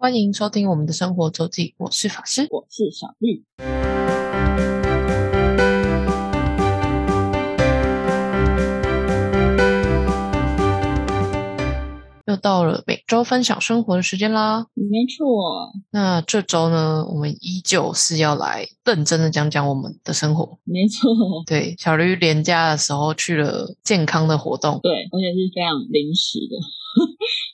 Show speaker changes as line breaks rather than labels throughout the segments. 欢迎收听我们的生活周记，我是法师。
我是小绿。
又到了每周分享生活的时间啦。
没错，
那这周呢，我们依旧是要来认真的讲讲我们的生活。
没错，
对，小驴连假的时候去了健康的活动，
对，而且是非常临时的。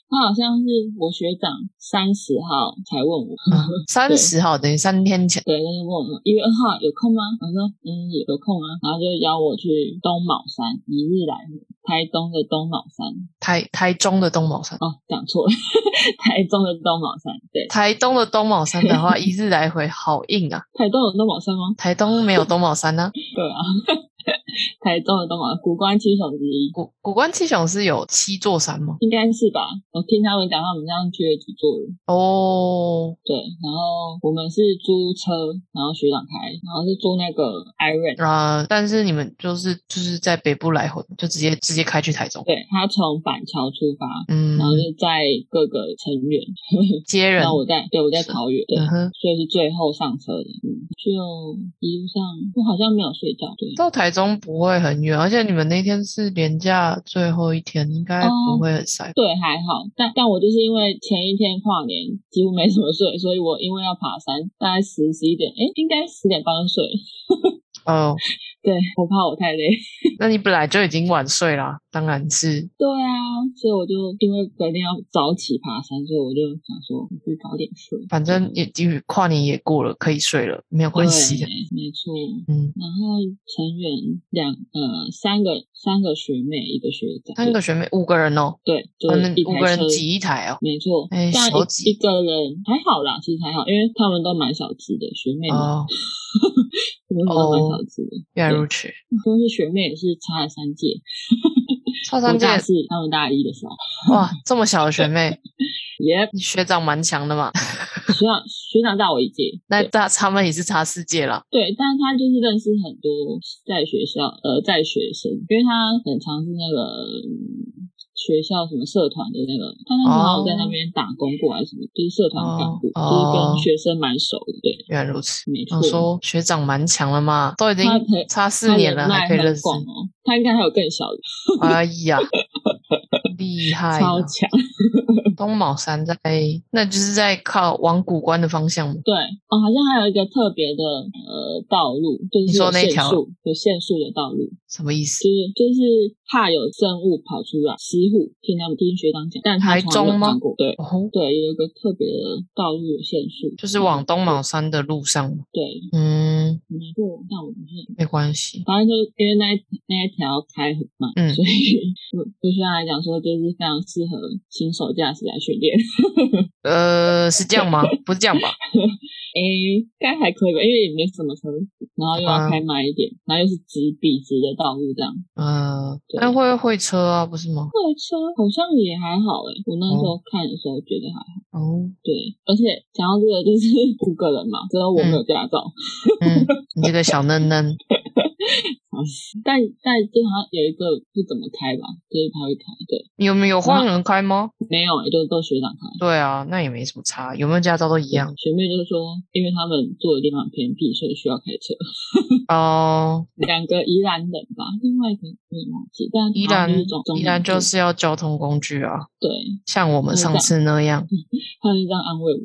他好像是我学长三十号才问我，
啊三十号等于三天前。
对，就是问我一月二号有空吗？我说嗯有空啊，然后就邀我去东卯山一日来回，台东的东卯山
台台中的东卯山，
哦，讲错了， 台中的东卯山，对，
台东的东卯山的话，一日来回好硬啊。
台东有东卯山吗？
台东没有东卯山呢、
对啊，台中的东卯古关七雄之一。
古古关七雄是有七座山吗？
应该是吧，我听他们讲，他们这样去了几座人，
哦、
对，然后我们是租车，然后学长开，然后是租那个 Iron，
啊、但是你们就是就是在北部来回，就直接直接开去台中，
对他从板桥出发，
嗯
然，后就在各个成员，
接人
然后我在对我在
是
桃园，对
嗯，哼，
所以是最后上车的，嗯，就一路上我好像没有睡觉，对。
到台中不会很远，而且你们那天是连假最后一天，应该
哦
不会很塞。
对，还好，但但我就是因为前一天跨年几乎没怎么睡，所以我因为要爬山，大概十十一点，哎，应该十点半就睡了。
哦，
对，我怕我太累。
那你本来就已经晚睡啦，当然是
对啊，所以我就因为隔天要早起爬山，所以我就想说，我去早点睡。
反正也也跨年也过了，可以睡了，没有关系啊的
对。，没错。
嗯，
然后成员两呃三个三个学妹一个学长，
三个学妹，五个人哦，
对，就
他
是
们
一
五个
台车
人，挤一台哦。
没错。
哎
但
小挤
一一个人还好啦，其实还好，因为他们都蛮小资的学妹
哦，
嘛，学妹们都蛮
哦
小资的，
原来如此。
都是学妹也是差了三届，
超
我
三届
大四，他们大一的时候，
哇，这么小的学妹，
耶、
你学长蛮强 的嘛。
学长学长大我一届，
那大他们也是差世界啦。
对，但是他就是认识很多在学校呃在学生，因为他很常是那个、嗯学校什么社团的那个，他那时候好像在那边打工过还是什么，就是社团干部，
哦
就是跟学生蛮熟的，对，
原来如此。
没错
想。说学长蛮强了嘛，都已经
他可以
差四年了还
他人
可以
脉很
认识，
广哦，他应该还有更小的，
哎 呀，厉害啊！
超强。
东卯山在，那就是在靠往古关的方向嘛。
对哦，好像还有一个特别的呃道路，就
你
是
说
有
那
限
条
速有限速的道路，
什么意思
就？是就是怕有生物跑出来，食虎听他们听学长讲，但他
台
从
中
来没有
吗
看过，对。
哦，
对，有一个特别的道路有限速，
就是往东卯山的路上嘛。
对，
嗯，
没错。但我不是，
没关系。
反正就是因为那一那一条开很慢，
嗯
所以我对学长来讲说，就是非常适合新手驾驶来训练。
呃，是这样 吗？不是这样吧？
诶，应该还可以吧，因为也没什么车，然后又要
啊
开慢一点，然后又是直笔直的道路这样。
呃，
对
那会会车啊，不是吗？
会车好像也还好诶，我那时候看的时候觉得还好。
哦，
对，而且讲到这个，就是 五个人嘛，只有我没有驾照，
嗯，你这个小嫩嫩，
但但就好像有一个不怎么开吧，就是他会开，对。
你有没有换人开吗？
没有、欸，就都学长开。
对啊，那也没什么差，有没有驾照都一样。
学妹就是说，因为他们住的地方很偏僻，所以需要开车。
哦，
两个宜兰人吧，另外一个有点忘记，但
依然
好像就是中中
依然
南部嗯
就是要交通工具啊，
对，
像我们上次那样。
他就这样安慰我。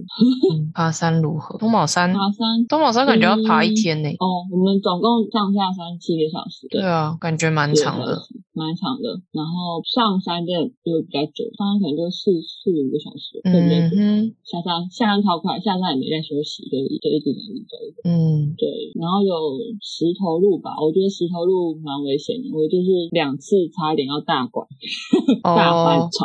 嗯，爬山如何？东卯山，
爬山
东卯山感觉要爬一天呢、
哦，我们总共上下山七个小时，
对，啊，感觉蛮
七个
长
小
的。
时，蛮长的。然后上山真的就比较久，上山可能就四四五个小时，特
嗯
别久。
哼，
下山下山超快，下山也没在休息，就一就一直走一直走一直走
嗯，
对，然后有石头路吧，我觉得石头路蛮危险的，我就是两次差点要大拐、大翻
哦，
船，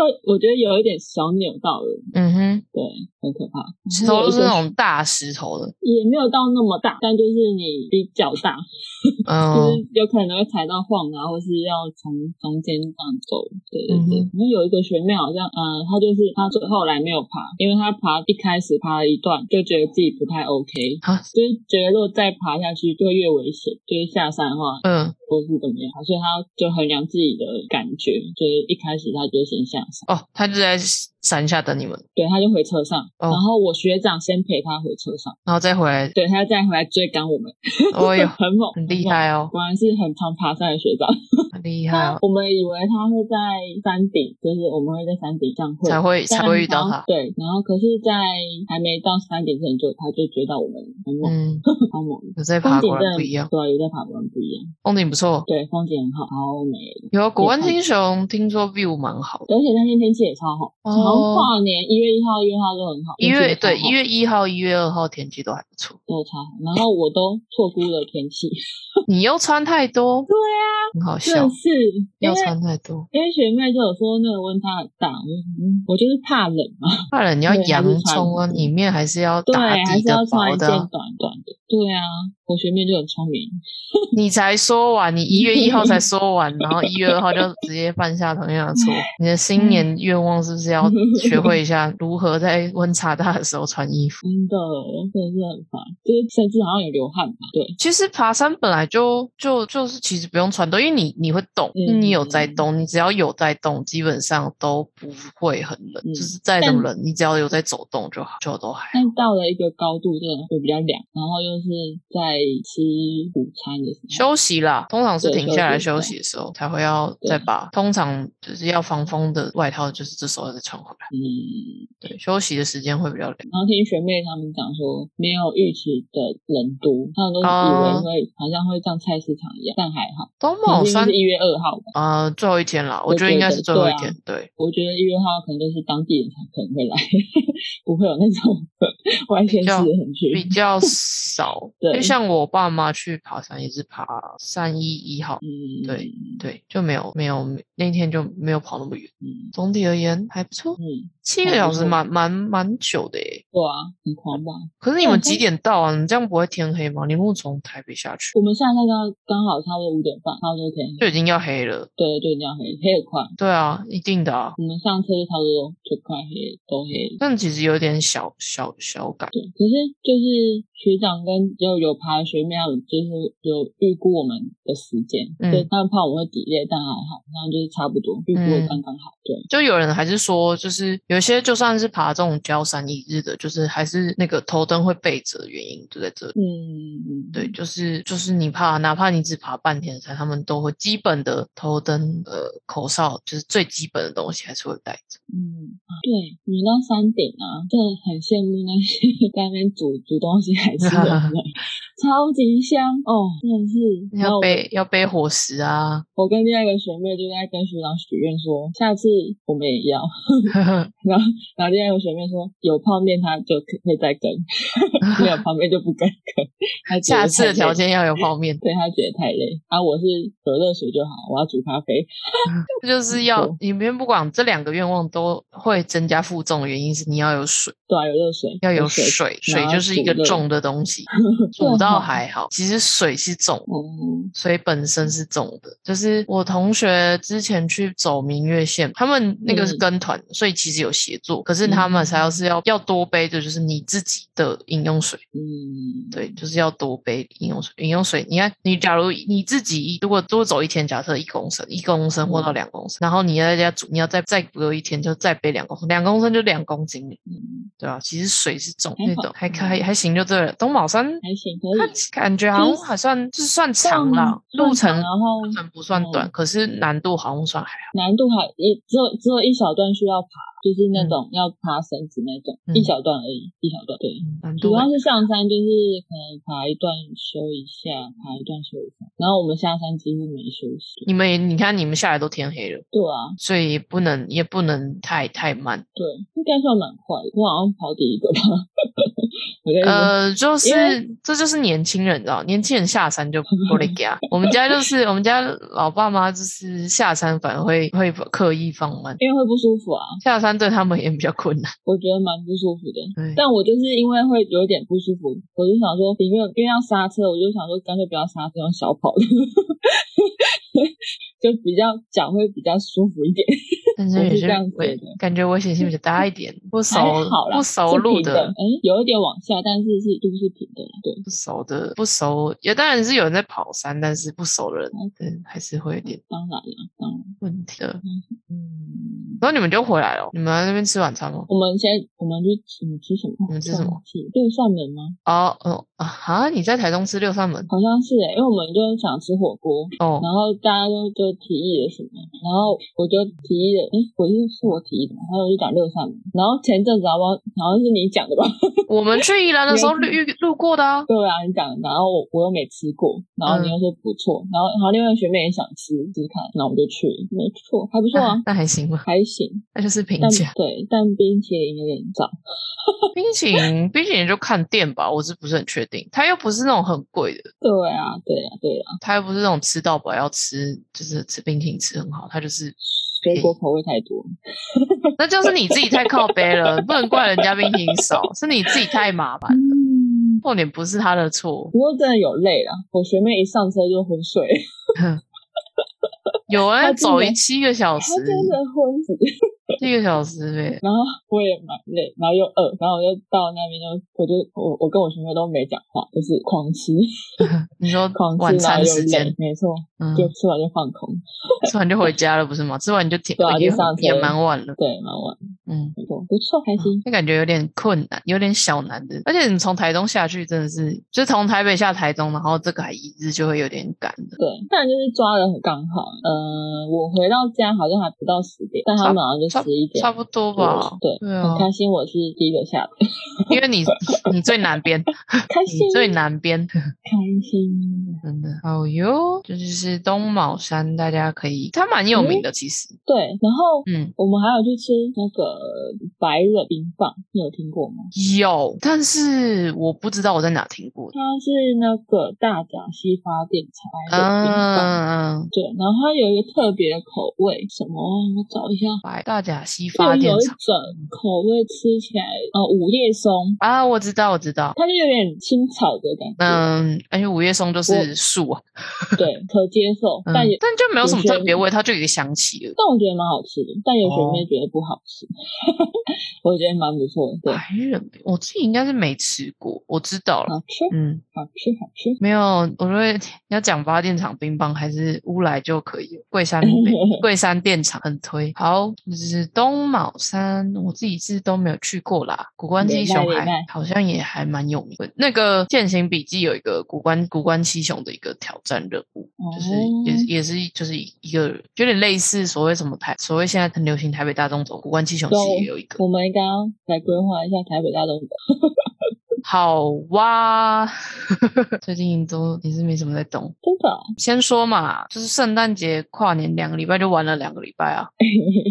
都我觉得有一点小扭到了，
嗯哼，
对，很可怕。
石头都是那种大石头的，
也没有到那么大，但就是你比较大，就
嗯
是有可能会踩到晃啊，或是要从中间这样走。对对
嗯
对
哼，
然后有一个学妹好像，呃，她就是她最后来没有爬，因为她爬一开始爬了一段就觉得自己不太 OK，
啊
就是觉得如果再爬下去就会越危险，就是下山的话
嗯，
或是怎么样，所以她就衡量自己的感觉，就是一开始她就先下山。
哦，他就在山下等你们，
对，他就回车上，
哦
然后我学长先陪他回车上，
然后再回 来。
对他再回来追赶我们，
哦 哟，
很猛，
很厉害
猛，
哦，
果然是很常爬山的学长。
很厉害
他
哦，
我们以为他会在山顶，就是我们会在山顶上会
才会
但
才会遇到他。
对，然后可是，在还没到山顶之前就他就追到我们，很猛，
嗯，
超猛。
有在爬
风景
果
真
然
的
不一样，
对啊，有在爬果然不一样。
风景不错。
对，风景很好，超美的。
有古关
也看
英雄，听说 view 蛮好的。
而且那天天气也超好，
哦
好像跨年一月一号、一月二号都很好，
一
天气
月
也超
对
好
一月一号、一月二号天气都还不错。
都超好，然后我都错估了天气，
你又穿太多，对啊，很好
真
笑
的，是因
要
为
穿太多，
因为学妹就有说那个温差很大，我就嗯我就是怕冷嘛，
不然你要
对
洋
还是穿
葱啊，里面还是要
对，
打
还
底
是要
的
穿
薄
一件
的啊。
短短的。对啊，我学妹就很聪明，
你才说完，你一月一号才说完，然后一月二号就直接犯下同样的 错。你的
嗯
新年愿望是不是要学会一下如何在温差大的时候穿衣服？
真的真的是很烦，就是甚至好像有流汗嘛，对，
其实爬山本来就就就是其实不用穿多，因为你你会动，
嗯
你有在动，你只要有在动，基本上都不会很冷，
嗯
就是再怎么冷，你只要有在走动就好，就都还好。
但到了一个高度真的会比较凉，然后又是在吃午餐的时
休
候，
息啦，通常是
对
停下来
休
休
息
息的时候才会要再把，通常就是要防风的外套，就是这时候再穿回来。
嗯，
对，休息的时间会比较凉。
然后听学妹他们讲说没有预期的冷度，他们都以为
哦
会、好像会像菜市场一样，但还好，
冬某
明明
山
是一月二号吧。
啊、最后一天啦，我觉得应该是最后一天。对，
我觉得一月号可能就是当地人才可能会来， 不会有那种 外县市的人去。
比较少。因
对
为像我爸妈去爬山也是爬三一一号，
嗯，
对对，就没有没有那天就没有跑那么远。
嗯
总体而言还不错，
嗯，
七个
还
小
不
时
错
蛮蛮蛮久的耶。
对啊，很狂吧？
可是你们
对
几点到啊？你这样不会天黑吗？你们从台北下去
我们下山刚刚好差不多五点半，差不多可以。
就已经要黑了。
对，就这样黑，黑得快。
对啊，一定的啊。
我们上车就差不多就快黑，都黑了。
但其实有点小小小感，
对，可是就是学长跟就有爬的学妹，他们就是有预估我们的时间，
嗯
对，他们怕我们会抵累，但还好，然后就是差不多预估
嗯
得刚刚好，对，
就有人还是说，就是有些就算是爬这种焦山一日的，就是还是那个头灯会背着的原因就在这里。
嗯，
对，就是就是你爬，哪怕你只爬半天的山，他们都会基本的头灯、呃口哨，就是最基本的东西还是会带着。
嗯，对，你到山顶啊，真的很羡慕那些 在那边煮煮东西还吃的 人，超级香哦，真的是。然
要
后我
背要背伙食 啊，
我跟另外一个学妹就在跟学长许愿说，下次我们也要。然后另外一个学妹说，有泡面她就可可以再跟， 没有泡面就不跟跟。她觉得
下次的
太累
条，件要有泡面，
对她觉得太累。啊，我是有热水就好，我要煮咖啡。
就是要
错
你们不管这两个愿望都会增加负重的原因是你要有水。
对啊，有热水，
要有
水。
水，水
然后
就是一个
煮热
重的东 西，
对
煮到
哈
还好，其实水是重，
哦，
水本身是重的。就是我同学之前去走明月线，他们那个是
嗯
跟团，所以其实有协作，可是他们才要是要要多杯的，就是你自己的饮用水，
嗯，
对，就是要多杯饮用水。饮用水，你看你假如你自己如果多走一天，假设一公升，一公升或到
嗯
两公升，然后你在家煮，你要再再隔一天就再杯两公升，两公升就两公斤了
嗯，
对啊，其实水是重
还
那
好
种，还可
嗯
还还行就对了。东宝山
还行，可
它
以。
感觉好像
就是
还算就是算长啦，
算
路程
长啊然后
路程不算
哦
短，可是难度好像算还好。
难度还一只有只有一小段需要爬，就是那种要爬绳子那种，
嗯
一小段而已，一小段。对，
嗯难
主
度还
要是上山就是可能爬一段休一下，爬一段休一下，然后我们下山几乎没休息。
你们也你看你们下来都天黑了，
对啊，
所以也不能也不能太太慢。
对，应该算蛮快的，我好像跑第一个吧。 我在那边
呃，就
因
是
为
这就是年轻人，你知道，年轻人下山就不累 给啊。我们家就是我们家老爸妈就是下山反而会会刻意放慢，
因为会不舒服啊，
下山对他们也比较困难。
我觉得蛮不舒服的。
对，
但我就是因为会有一点不舒服，我就想说，因为因为要刹车，我就想说干脆不要刹车，用小跑的， 就比较脚会比较舒服一点。
但是
我
有
是
些
这样觉
危
得嗯
感觉危险性比较大一点，不熟
还好啦，
不熟
是
路
平的，哎，有一点往下，但是是路是平的啦，对。
不熟的不熟，也当然是有人在跑山，但是不熟的人，
嗯
对，还是会有点
当然了，当然，
问题的。
嗯，
然后你们就回来了，你们在那边吃晚餐吗？
我们现在我们去我们吃什么？
我们吃什么？
吃六扇门吗？
哦哦啊哈！你在台中吃六扇门
好像是哎、因为我们就想吃火锅，
哦
然后大家都就提议了什么，然后我就提议了，哎，我是是我提议的嘛，然后我就讲六扇门，然后前阵子好不好，好像是你讲的吧？
我们去宜兰的时候路遇路过的啊。
对啊，你讲的，然后我我又没吃过，然后你
嗯
又说不错，然后然后另外一个学妹也想吃吃看，然后我们就去了，没错，还不错啊
啊，那还行吧，
还行，
那就是平
但
价。
对，但冰淇淋有点早，
冰淇 淋，冰淇淋就看店吧，我是不是很确定？它又不是那种很贵的，
对啊，对啊，对啊，
它又不是那种吃到饱要吃，就是吃冰淇淋吃很好，它就是
水果口味太多，
那就是你自己太靠背 了，不能怪人家冰淇淋少，是你自己太麻烦。
嗯，
重点不是他的错，
不过真的有累了，我学妹一上车就昏 睡了，
有人
他真的
走一七个小时
她，真的昏死。
七个小时呗。
然后我也蛮累，然后又饿，然后我就到那边就，我就我我跟我学妹都没讲话，就是狂吃，
你说
狂吃，
晚
然后
餐
又
时
累
间，，
没错，
嗯，
就吃完就放空，
吃完就回家了，不是吗？吃完就挺
对啊
也
就上车
也蛮晚了，
对，蛮晚，
嗯，
没错，不错，开心。
那感觉有点困难，有点小难的。而且你从台中下去，真的是就是从台北下台中，然后这个还一日就会有点赶的。
对，但就是抓的很刚好。呃，我回到家好像还不到十点，但他们好像就
差
十一点
差不多吧，
对，
对啊
很，开心，我是第一个下的，
因为你你最南边，
开
你
心，
最南边，
开心。
真的好哟。这就是东卯山，大家可以，它蛮有名的，其实，
对，然后
嗯，
我们还有去吃那个白人冰棒，你有听过吗？
有，但是我不知道我在哪听过。
它是那个大甲西发电厂
啊
白人冰棒。
嗯，
对，然后它有一个特别的口味，什么？我找一下，
白大甲西
就
发电
有一
厂
种口味吃起来，呃，午夜松，
啊，我知道，我知道。
它就有点青草的感觉。
嗯，而且五叶松就是树啊，
对，可接受，
嗯
但也、
但就没有什么
有些
特别味，它就有一个香气了。
但我觉得蛮好吃的，但有学妹
哦
觉得不好吃， 我觉得蛮不错的，对，
白人，欸我自己应该是没吃过，我知道了。
好吃，
嗯，
好吃，好吃。
没有，我觉得你要讲发电厂冰棒还是乌来就可以了，桂山 北桂山电厂很推。好，就是东卯山，我自己是都没有去过啦。古关七雄
明白明
还
白
好像也还蛮有名的。那个《践行笔记》有一个古关古关七雄的一个挑战任务，
哦
就是也是也是就是一个有点类似所谓什么台，所谓现在很流行台北大众走，古关七雄其实也有一个。
我们应该要来规划一下台北大东北，
好哇、 最近都也是没什么在动。
真的哦、
先说嘛，就是圣诞节、跨年两个礼拜就玩了两个礼拜 啊。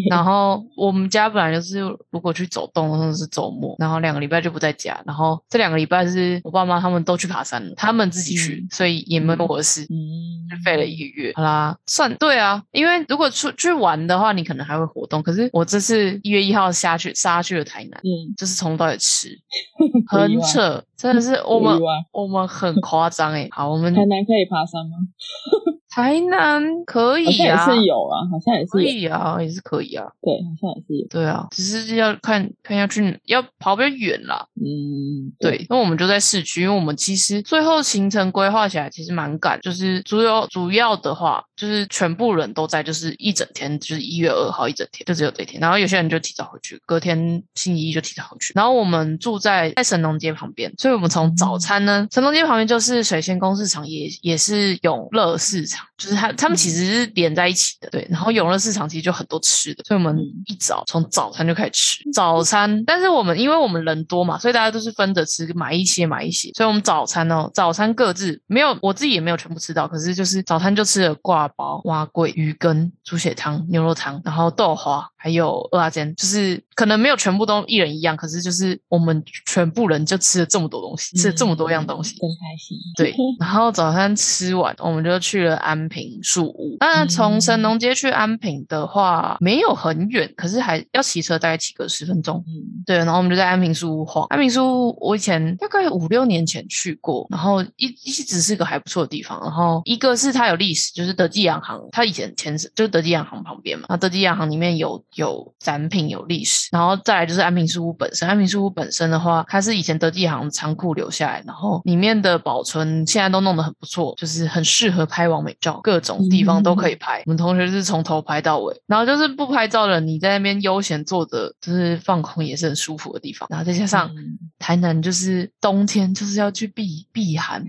然后我们家本来就是，如果去走动，或者是周末，然后两个礼拜就不在家。然后这两个礼拜是我爸妈他们都去爬山了，他们自己去，
嗯
所以也没有我的事。
嗯
就，废了一个月，好啦，算对啊，因为如果出去玩的话，你可能还会活动。可是我这次一月一号下去杀去了台南，
嗯，
就是从头到尾 吃，
不意
很
外
扯，真的是我们
不意外
我们很夸张哎。好，我 们
啊台南可以爬山吗？
台南可
好
以
像也
啊，
是有啊，好像也
可
是有，
以啊，也是可以啊，
对，好像也是有，
对啊，只是要看看要去要跑比较远啦。
嗯，
对，那我们就在市区，因为我们其实最后行程规划起来其实蛮赶，就是主要主要的话就是全部人都在，就是一整天，就是一月二号一整天，就只有这一天。然后有些人就提早回去，隔天星期一就提早回去。然后我们住在在神农街旁边，所以我们从早餐呢，神农街旁边就是水仙宫市场，也也是永乐市场。场，就是它他们其实是连在一起的，对。然后永乐市场其实就很多吃的，所以我们一早从早餐就开始吃早餐。但是我们因为我们人多嘛，所以大家都是分着吃，买一些买一些。所以我们早餐哦，早餐各自没有，我自己也没有全部吃到，可是就是早餐就吃了挂包、蛙桂、鱼羹、猪血汤、牛肉汤，然后豆花。还有蚵仔煎，就是可能没有全部都一人一样，可是就是我们全部人就吃了这么多东西，吃了这么多样东西，
嗯真开心。
对，然后早餐吃完，我们就去了安平树屋。那从神农街去安平的话，没有很远，可是还要骑车大概骑个十分钟。
嗯，
对，然后我们就在安平书屋晃。安平书屋我以前大概五六年前去过，然后一一直是个还不错的地方。然后一个是它有历史，就是德记洋行，它以前前身就是德记洋行旁边嘛。然后德记洋行里面有有展品有历史，然后再来就是安平书屋本身。安平书屋本身的话，它是以前德记洋行仓库留下来，然后里面的保存现在都弄得很不错，就是很适合拍完美照，各种地方都可以拍。我们同学是从头拍到尾，然后就是不拍照的，你在那边悠闲坐着，就是放空也是很舒服的地方。然后再加上
嗯
台南就是冬天就是要去避避 寒，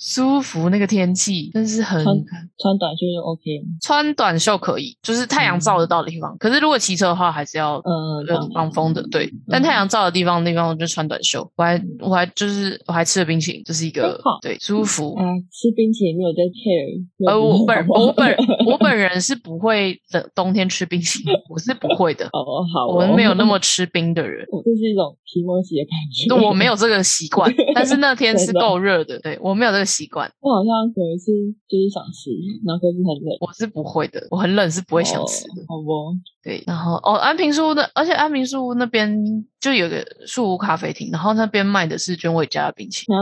舒服那个天气，真是很
穿穿短袖就 OK 了。
穿短袖可以，就是太阳照得到的地
嗯
方。可是如果骑车的话，还是要
呃，
呃防风的，对。
嗯
但太阳照的地方，地方我就穿短袖，我还我还就是我还吃了冰淇淋，这是一个
真好
对舒服。
啊，吃冰淇淋没有在 care。。
呃，我本我 本我本人是不会的，冬天吃冰淇淋，我是不会的
哦，好哦，
我们没有那 么吃冰的人，
我这是一种皮摩西的感觉。
我没有这个习惯。但是那 天是够热的，对我没有这个习惯，
我好像有一次就是想吃，然后可是很冷，
我是不会的。我很冷是不会想吃的。
好不？
对，然后哦，安平树屋的，而且安平树屋那边就有个树屋咖啡厅，然后那边卖的是娟伟家的冰淇淋。
啊，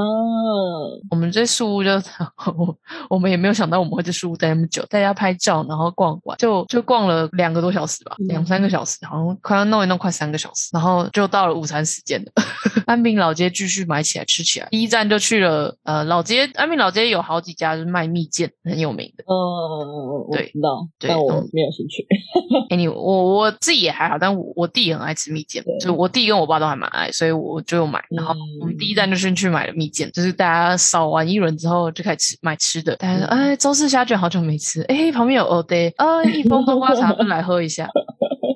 我们这树屋就， 我我们也没有想到我们会在树屋待那么久，大家拍照，然后逛逛，就就逛了两个多小时吧，
嗯
两三个小时，好像快要弄一弄快三个小时，然后就到了午餐时间了。 安平老街继续买起来吃起来，第一站就去了呃老街，安平老街有好几家就是卖蜜饯，很有名的。
呃，我
对
知道，
对
但我
嗯
没有兴趣。
anyway，我我自己也还好，但我我弟也很爱吃蜜饯
对，
就我弟跟我爸都还蛮爱，所以我就有买。然后我们第一
嗯
站就先去买了蜜饯，就是大家扫完一轮之后就开始吃买吃的。大家说：“
嗯
哎，周氏虾卷好久没吃，哎，旁边有欧 day，啊，益丰冬瓜茶，不来喝一 下。”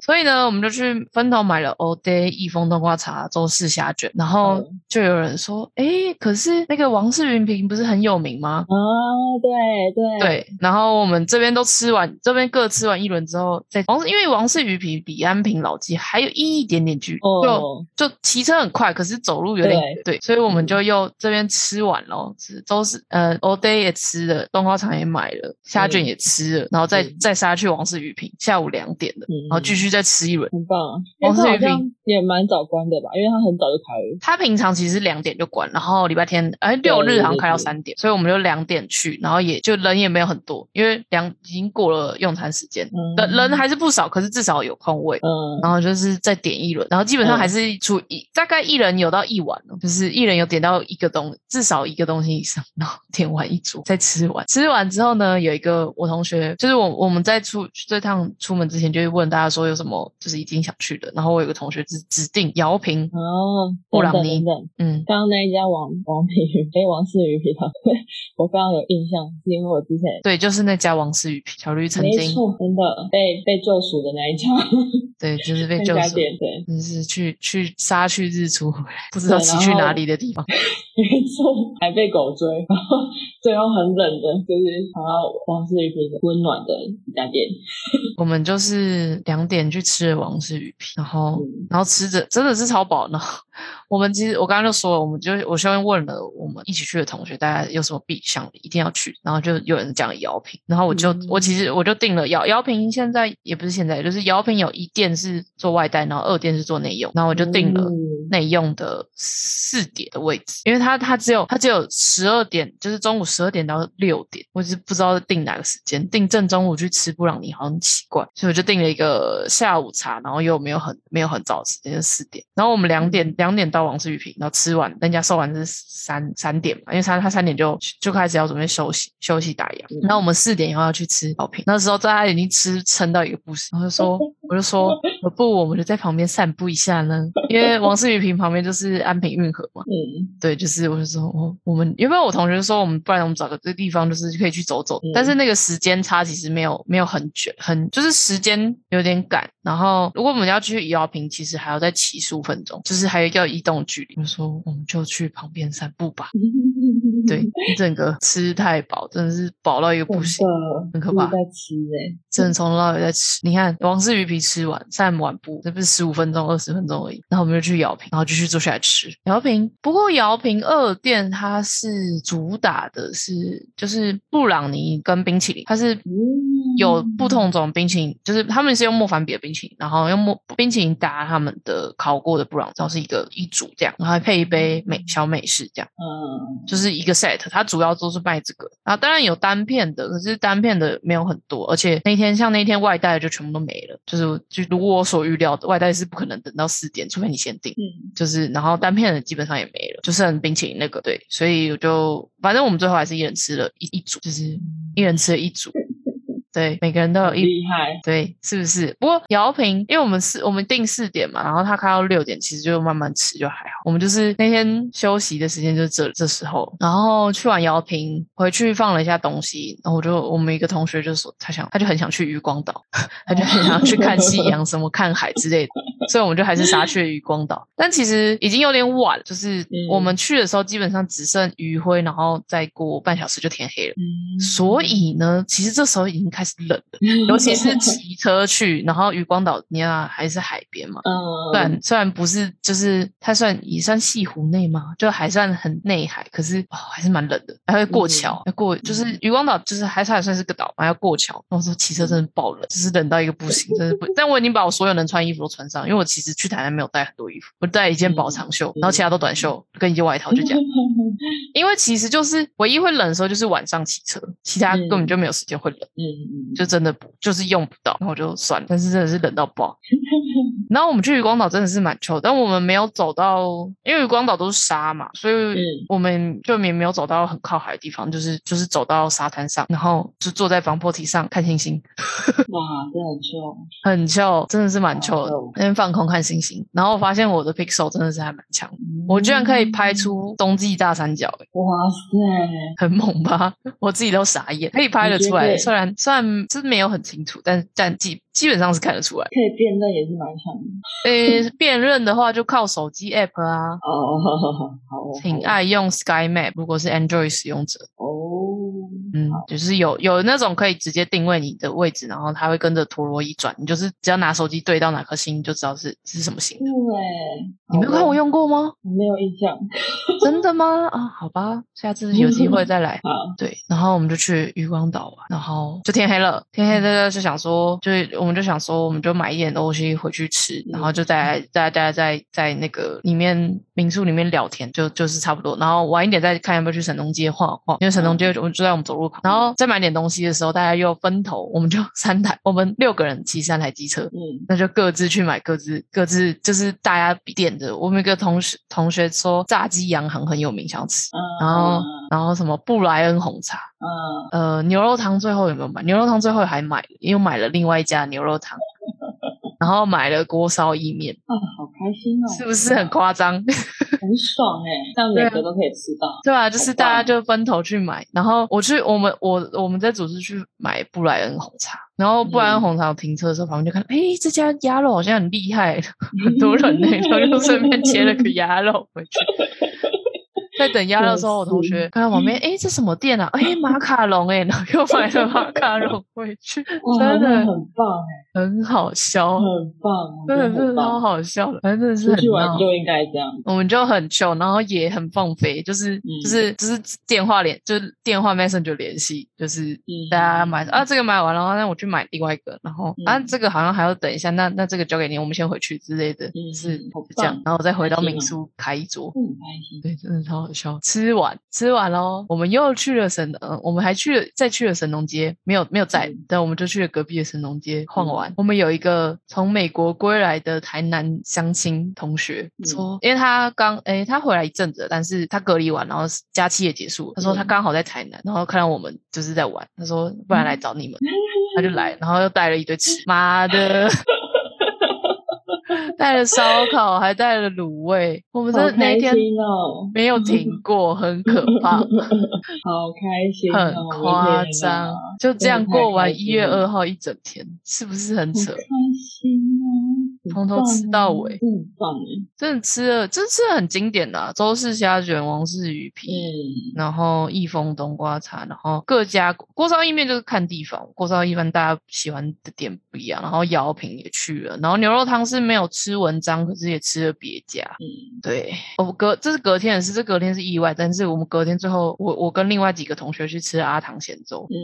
所以呢，我们就去分头买了欧 day、益丰冬瓜茶、周氏虾卷。然
嗯
后就有人说：“哎，可是那个王氏云平不是很有名吗？
啊，对对，
对，然后我们这边都吃完，这边各吃完一轮之后，再王氏因为王氏鱼皮比安平老街还有一点点距离，
哦，嗯
就就骑车很快，可是走路有点对所以我们就又这边吃完咯，吃都是呃 all day 也吃了，冬瓜肠也买了，虾卷也吃了，然后再、
嗯
再杀去王氏鱼皮，下午两点了，
嗯
然后继续再吃一轮。
很棒。
王思
他
雨
好像也蛮早关的吧，因为他很早就开了。
他平常其实两点就关，然后礼拜天哎六日好像开到三点，所以我们就两点去，然后也就人也没有很多，因为两已经过了用餐时间，
嗯
人人还是不少，可是至少有空位。
嗯，
然后就是再点一轮，然后基本上
嗯
还是出一、大概一人有到一碗哦，就是一人有点到一个东，至少一个东西以上，然后点完一桌再吃完。吃完之后呢，有一个我同学，就是我我们在出这趟出门之前就会问大家说有什么就是已经想去的，然后我有个同学是指定姚平，
哦，
布
等
朗
等
尼
等等，
嗯，
刚刚那一家王王品鱼，哎，王氏鱼皮汤， 我非常有印象，是因为我之前
对，就是那家王氏鱼皮，小绿曾
没
经
错，真的被被救赎的那一家，
对，就是被
那
救
家
赎，
店对，
就是去去杀去日出，不知道
对
骑
然
去
后
哪里的地方。
没错，还被狗追，然后 最后很冷的，就是跑到王氏鱼皮的温暖的一家店，
我们就是两点去吃了王氏鱼皮，然后、
嗯
然后吃着真的是超饱呢。我们其实我刚刚就说了，我们就我先问了我们一起去的同学，大家有什么必想一定要去，然后就有人讲姚平，然后我就、
嗯
我其实我就定了姚姚平，现在也不是现在，就是姚平有一店是做外带，然后二店是做内用，然后我
我
就定了。
嗯
内用的四点的位置，因为它它只有它只有十二点，就是中午十二点到六点，我是不知道定哪个时间，定正中午去吃布朗尼好像很奇怪，所以我就定了一个下午茶，然后又没有很没有很早的时间，就四点，然后我们两点两点到王氏玉平，然后吃完人家收完是三三点嘛，因为他他三点就就开始要准备休息休息打烊
嗯，
然后我们四点以后要去吃好评，那时候大家已经吃撑到一个不行，然后就说。我就说，我不，我们就在旁边散步一下呢，因为王世雨平旁边就是安平运河嘛。
嗯，
对，就是我就说，我我们有没有我同学说，我们不然我们找个这地方，就是可以去走走。
嗯
但是那个时间差其实没有没有很久，很就是时间有点赶。然后如果我们要去宜瑶坪，其实还要再骑十五分钟，就是还有要移动距离。我说我们就去旁边散步吧。对， 一整个吃太饱，真的是饱到一个不行。
真的
很可怕
一直在吃哎、
真的从头到尾在吃。你看，王氏鱼皮吃完，散完步，这不是十五分钟、二十分钟而已。然后我们就去瑶平，然后继续坐下来吃瑶平。不过瑶平二店它是主打的是就是布朗尼跟冰淇淋，它是
嗯
有不同种冰淇淋，就是他们是用莫凡比的冰淇淋，然后用莫冰淇淋搭他们的烤过的布朗，然后是一个一组这样，然后还配一杯美小美式这样。
嗯，
就是一个 set，它主要都是卖这个。然后当然有单片的，可是单片的没有很多，而且那天像那天外带的就全部都没了，就是就如我所预料的，外带是不可能等到四点，除非你先订。
嗯
就是，然后单片的基本上也没了，就剩冰淇淋那个。对，所以我就反正我们最后还是一人吃了一一组，就是一人吃了一组。对，每个人都有一
厉害，
对，是不是？不过姚平，因为我们四我们定四点嘛，然后他开到六点，其实就慢慢吃就还好。我们就是那天休息的时间就是这这时候，然后去完姚平回去放了一下东西，然后我就我们一个同学就说他想他就很想去渔光岛，他就很想要去看夕阳什么看海之类的，所以我们就还是杀去了渔光岛。但其实已经有点晚，就是我们去的时候基本上只剩余晖，然后再过半小时就天黑了。
嗯，
所以呢，其实这时候已经开始冷了。尤
嗯
其是骑车去，然后渔光岛，你看还是海边嘛。
嗯，
虽然虽然不是，就是它算也算西湖内嘛，就还算很内海，可是、哦、还是蛮冷的，还会过桥，要过就是渔光岛，就是还算算是个岛嘛，要过桥。然后说骑车真的爆冷，就是冷到一个不行，真的不。但我已经把我所有能穿衣服都穿上，因为我其实去台南没有带很多衣服，我带一件薄长袖，然后其他都短袖跟一件外套，就这
嗯
样。因为其实就是唯一会冷的时候就是晚上骑车，其他根本就没有时间会冷。
嗯，
就真的不就是用不到，然后就算了。但是真的是冷到 爆。然后我们去渔光岛真的是蛮臭，但我们没有走到，因为渔光岛都是沙嘛，所以
嗯
我们就也没有走到很靠海的地方，就是就是走到沙滩上，然后就坐在防波堤上看星星，
哇，真的很臭，
很臭，真的是蛮臭的
好臭。
那天放空看星星，然后我发现我的 pixel 真的是还蛮强的，我居然可以拍出冬季大三角、欸，
嗯哇塞，
很猛吧？ 我自己都傻眼，可以拍得出
我觉
来，
得
虽然虽然是没有很清楚，但但基基本上是看得出来。
可以辨认也是蛮强的
呃，辨认的话就靠手机 app 啊，
哦，好好好好，
挺爱用 Sky Map。如果是 Android 使用者，
哦，
嗯，就是有有那种可以直接定位你的位置，然后它会跟着陀螺仪转，你就是只要拿手机对到哪颗星，你就知道是是什么星。
对，
嗯你没有看我用过吗？
我没有印象，
真的吗？啊，好吧，下次有机会再来。
好，
对，然后我们就去渔光岛玩，然后就天黑了，天黑了就想说，就是我们就想说，我们就买一点东西回去吃，然后就在大家在在那个里面民宿里面聊天，就就是差不多，然后晚一点再看要不要去神农街晃晃，因为神农街我们就在我们走路旁，然后再买点东西的时候，大家又分头，我们就三台，我们六个人骑三台机车，
嗯
那就各自去买各自各自就是大家点的。我们有一个同学同学说炸鸡洋行很有名，想吃。
嗯，
然后，然后什么布莱恩红茶，
嗯，
呃，牛肉汤最后有没有买？牛肉汤最后还买，又买了另外一家牛肉汤， 然后买了锅烧意面，
啊，好开心哦，
是不是很啊夸张？
很爽哎？这样每个都可以吃到，
对啊，就是大家
好棒
就分头去买，然后我去我们我我们在组织去买布莱恩红茶，然后布莱恩
嗯
红茶我停车的时候，旁边就看，哎、这家鸭肉好像很厉害， 很多人呢、然后就顺便切了个鸭肉回去。在等鸭肉的时候，我同学看到旁边，哎、这什么店啊？哎、马卡龙哎、然后又买了马卡龙回去，
哇，
真的
很棒哎，
很好笑，
很棒，
真的
很
是超
棒。
好笑的，反正真的是
出
很
去
闹
玩。就应该这样，
我们就很穷，然后也很放飞，就是、
嗯
就是就是电话联，就是电话 messenger 联系，就是
嗯
大家买啊这个买完了，那我去买另外一个，然后、啊
嗯
这个好像还要等一下，那那这个交给你，我们先回去之类的，就是
嗯好棒
这样，然后再回到
开心
民
哦
宿开一桌。
很开心。
对，真的超好笑。吃完吃完喽，我们又去了神，呃，我们还去了，再去了神农街，没有没有在，
嗯
但我们就去了隔壁的神农街晃玩。我们有一个从美国归来的台南相亲同学
嗯
说，因为他刚诶他回来一阵子了，但是他隔离完，然后假期也结束了，他说他
嗯
刚好在台南，然后看到我们就是
嗯
在玩，他说不然来找你们，他就来，然后又带了一堆吃，妈的。带了烧烤，还带了卤味，我们真
好
的那一
开
天
心哦，
没有停过，很可怕，
好开心哦，
很夸
我的天哪
张。就这样过完
真的太开
一
心
月
了
二号一整天，是不是很扯
好？开心啊！很
从头吃到尾
棒啊真的很棒哎。
真的吃了，真的吃了很经典的、啊、周氏虾卷、王氏鱼皮，
嗯，
然后益丰冬瓜茶，然后各家锅烧意面就是看地方，锅烧一般大家喜欢的点不一样，然后瑶品也去了，然后牛肉汤是没有吃文章，可是也吃了别家。
嗯
对，我们隔这是隔天的事，这隔天是意外，但是我们隔天最后，我我跟另外几个同学去吃了阿唐咸粥，
嗯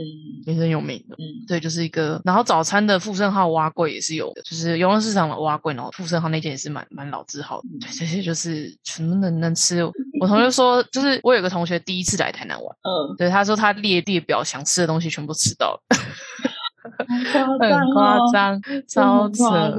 也是很有名的。
嗯
对，就是一个，然后早餐的富盛号蛙柜也是有的，就是永乐市场的蛙柜，然后富盛号那间也是蛮蛮老字号的。
嗯
对，这些就是全部能能吃。我同学说，就是我有个同学第一次来台南玩，
嗯，
对他说他列列表想吃的东西全部吃到了，
好
很夸
张哦，
张，
真的
超
很夸
扯。
张。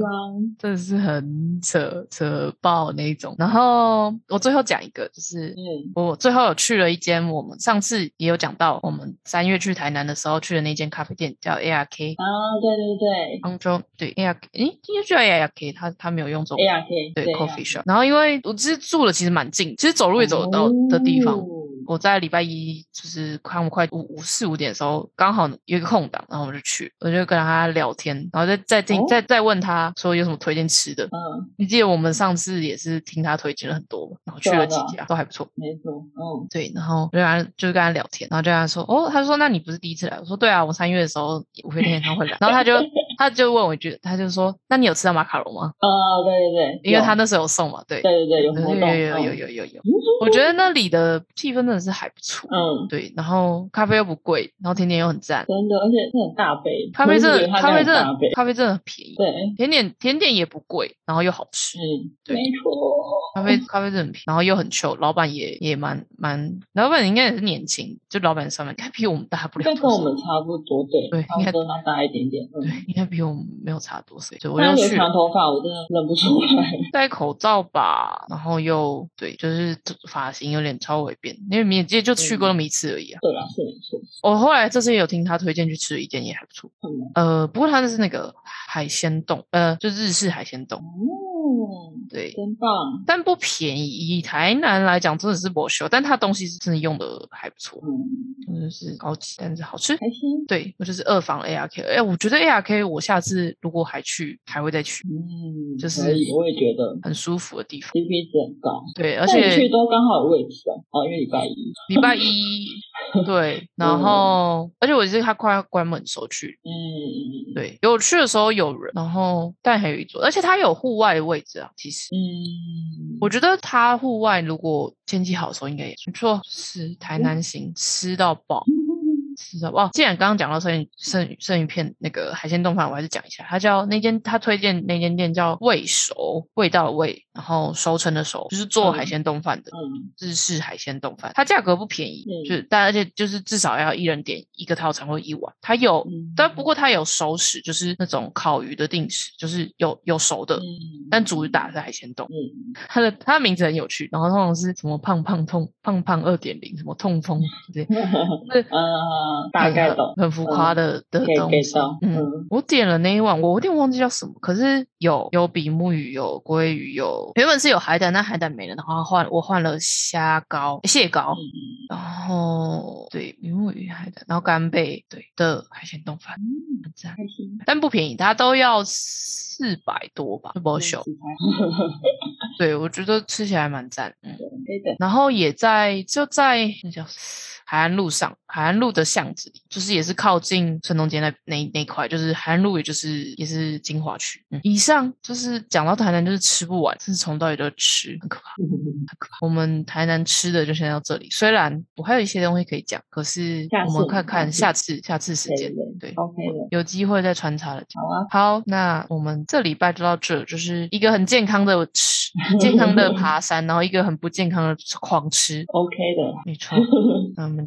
真的是很扯扯爆那一种。然后我最后讲一个，就是
嗯
我最后有去了一间，我们上次也有讲到，我们三月去台南的时候去的那间咖啡店叫 ARK
啊，对对对
杭州，对 ARK，诶，应该叫 ARK，他他没有用中文。
，A R K
对 coffee shop，然后因为我其实住的其实蛮近，其实走路也走得到的地
哦
方，我在礼拜一就是看我快五五四五点的时候，刚好有一个空档，然后我就去，我就跟他聊天，然后再再听、
哦
再再问他说有什么推荐吃的。
嗯，
你记得我们上次也是听他推荐了很多嘛，然后去
对啊
了几
对啊
家都还不错。
没错，嗯
对，然后我就跟他就跟他聊天，然后就跟他说，哦，他说那你不是第一次来？我说对啊，我三月的时候五月天演唱会来，然后 他就他就问我一句，他就说，那你有吃到马卡龙吗？
啊，对对对，
因为他
有
那时候有送嘛，对，
对对对有活
有
动，嗯
有有有有有有，我觉得那里的气氛真的是还不错，
嗯，嗯
对，然后咖啡又不贵，然后甜点又很赞，
真的，而且是很大杯，
咖啡真
我
的
是觉得它
咖啡
很
真
大
的
杯，
咖啡真的很便宜，
对，
甜点甜点也不贵，然后又好吃，
嗯，
对
没错，
咖啡咖啡真的很便宜，然后又很臭，老板也也蛮蛮，老板应该也是年轻，就老板上面应该比我们大不
应
了
该跟
多
我
少，
们差不多，对，
对
差
应该
不多，他大一点点，嗯。
对，应该比我们没有差多少，对，我
他
就
有
去
长头发，我真的认不出来。
戴口罩吧，然后又对，就是发型有点超微变，因为你也记得就去过那么一次而已啊。
对啦，是没错，
我后来这次也有听他推荐去吃了一间也还不错，
很难。
呃，不过他那是那个海鲜冻，呃，就日式海鲜冻，
哦，
对，
真棒。
但不便宜。以台南来讲，真的是不秀，但它东西是真的用的还不错，
嗯，
就是高级，但是好吃。
开心。
对，我就是二房 ARK，哎、我觉得 ARK 我下次如果还去，还会再去，
嗯，
就是
可以，我也觉得
很舒服的地方。
CP 值很高。
对，而
但你去
且
都刚好有位置哦，哦，因为礼拜一。
礼 拜一，对，然后而且我记得他快要关门的时候去，
嗯，
对，有去的时候有人，然后但还有一桌，而且它有户外的位置啊。其实
嗯，
我觉得它户外如果天气好的时候应该也不错，是台南行吃到饱。吃到爆。哦既然刚刚讲到剩余剩余剩余片那个海鲜冻饭，我还是讲一下，它叫那间他推荐那间店叫味熟，味道的味，然后熟成的熟，就是做
嗯
海鲜冻饭的。
嗯，
日式海鲜冻饭，它价格不便宜，
嗯
就是但而且就是至少要一人点一个套餐或一碗，它有
嗯，
但不过它有熟食，就是那种烤鱼的定食，就是有有熟的，
嗯，
但主打是海鲜冻。
嗯，
它的它的名字很有趣，然后通常是什么胖胖痛胖胖二点零，什么痛风之类，
呃，大概懂。嗯
很浮夸的的
可以
东
get
西
到。
嗯
嗯，
我点了那一碗，我有点忘记叫什么，可是有有比目鱼，有鲑鱼，有原本是有海胆，但海胆没了，然后换我换了虾膏、蟹膏，
嗯
然后对比目鱼、海胆，然后干贝对的海鲜冻饭，很赞，
嗯开心。
但不便宜，它都要四百多吧，不秀。
食材
对，我觉得吃起来蛮赞，嗯。
可以等。
然后也在就在那叫海岸路上，海岸路的巷子里，就是也是靠近城东街那那那一块，就是海岸路，也就是也是金华区。嗯，以上就是讲到台南，就是吃不完，就是从到底都吃，很可怕，很可怕。我们台南吃的就先到这里，虽然我还有一些东西可以讲，可是
下
我们
次
看看下
下
次下次时
对
间
对，
对，
OK 的，
有机会再穿插了。
好啊。
好，那我们这礼拜就到这，就是一个很健康的吃，很健康的爬山，然后一个很不健康的狂吃，
OK 的，
没错。那我们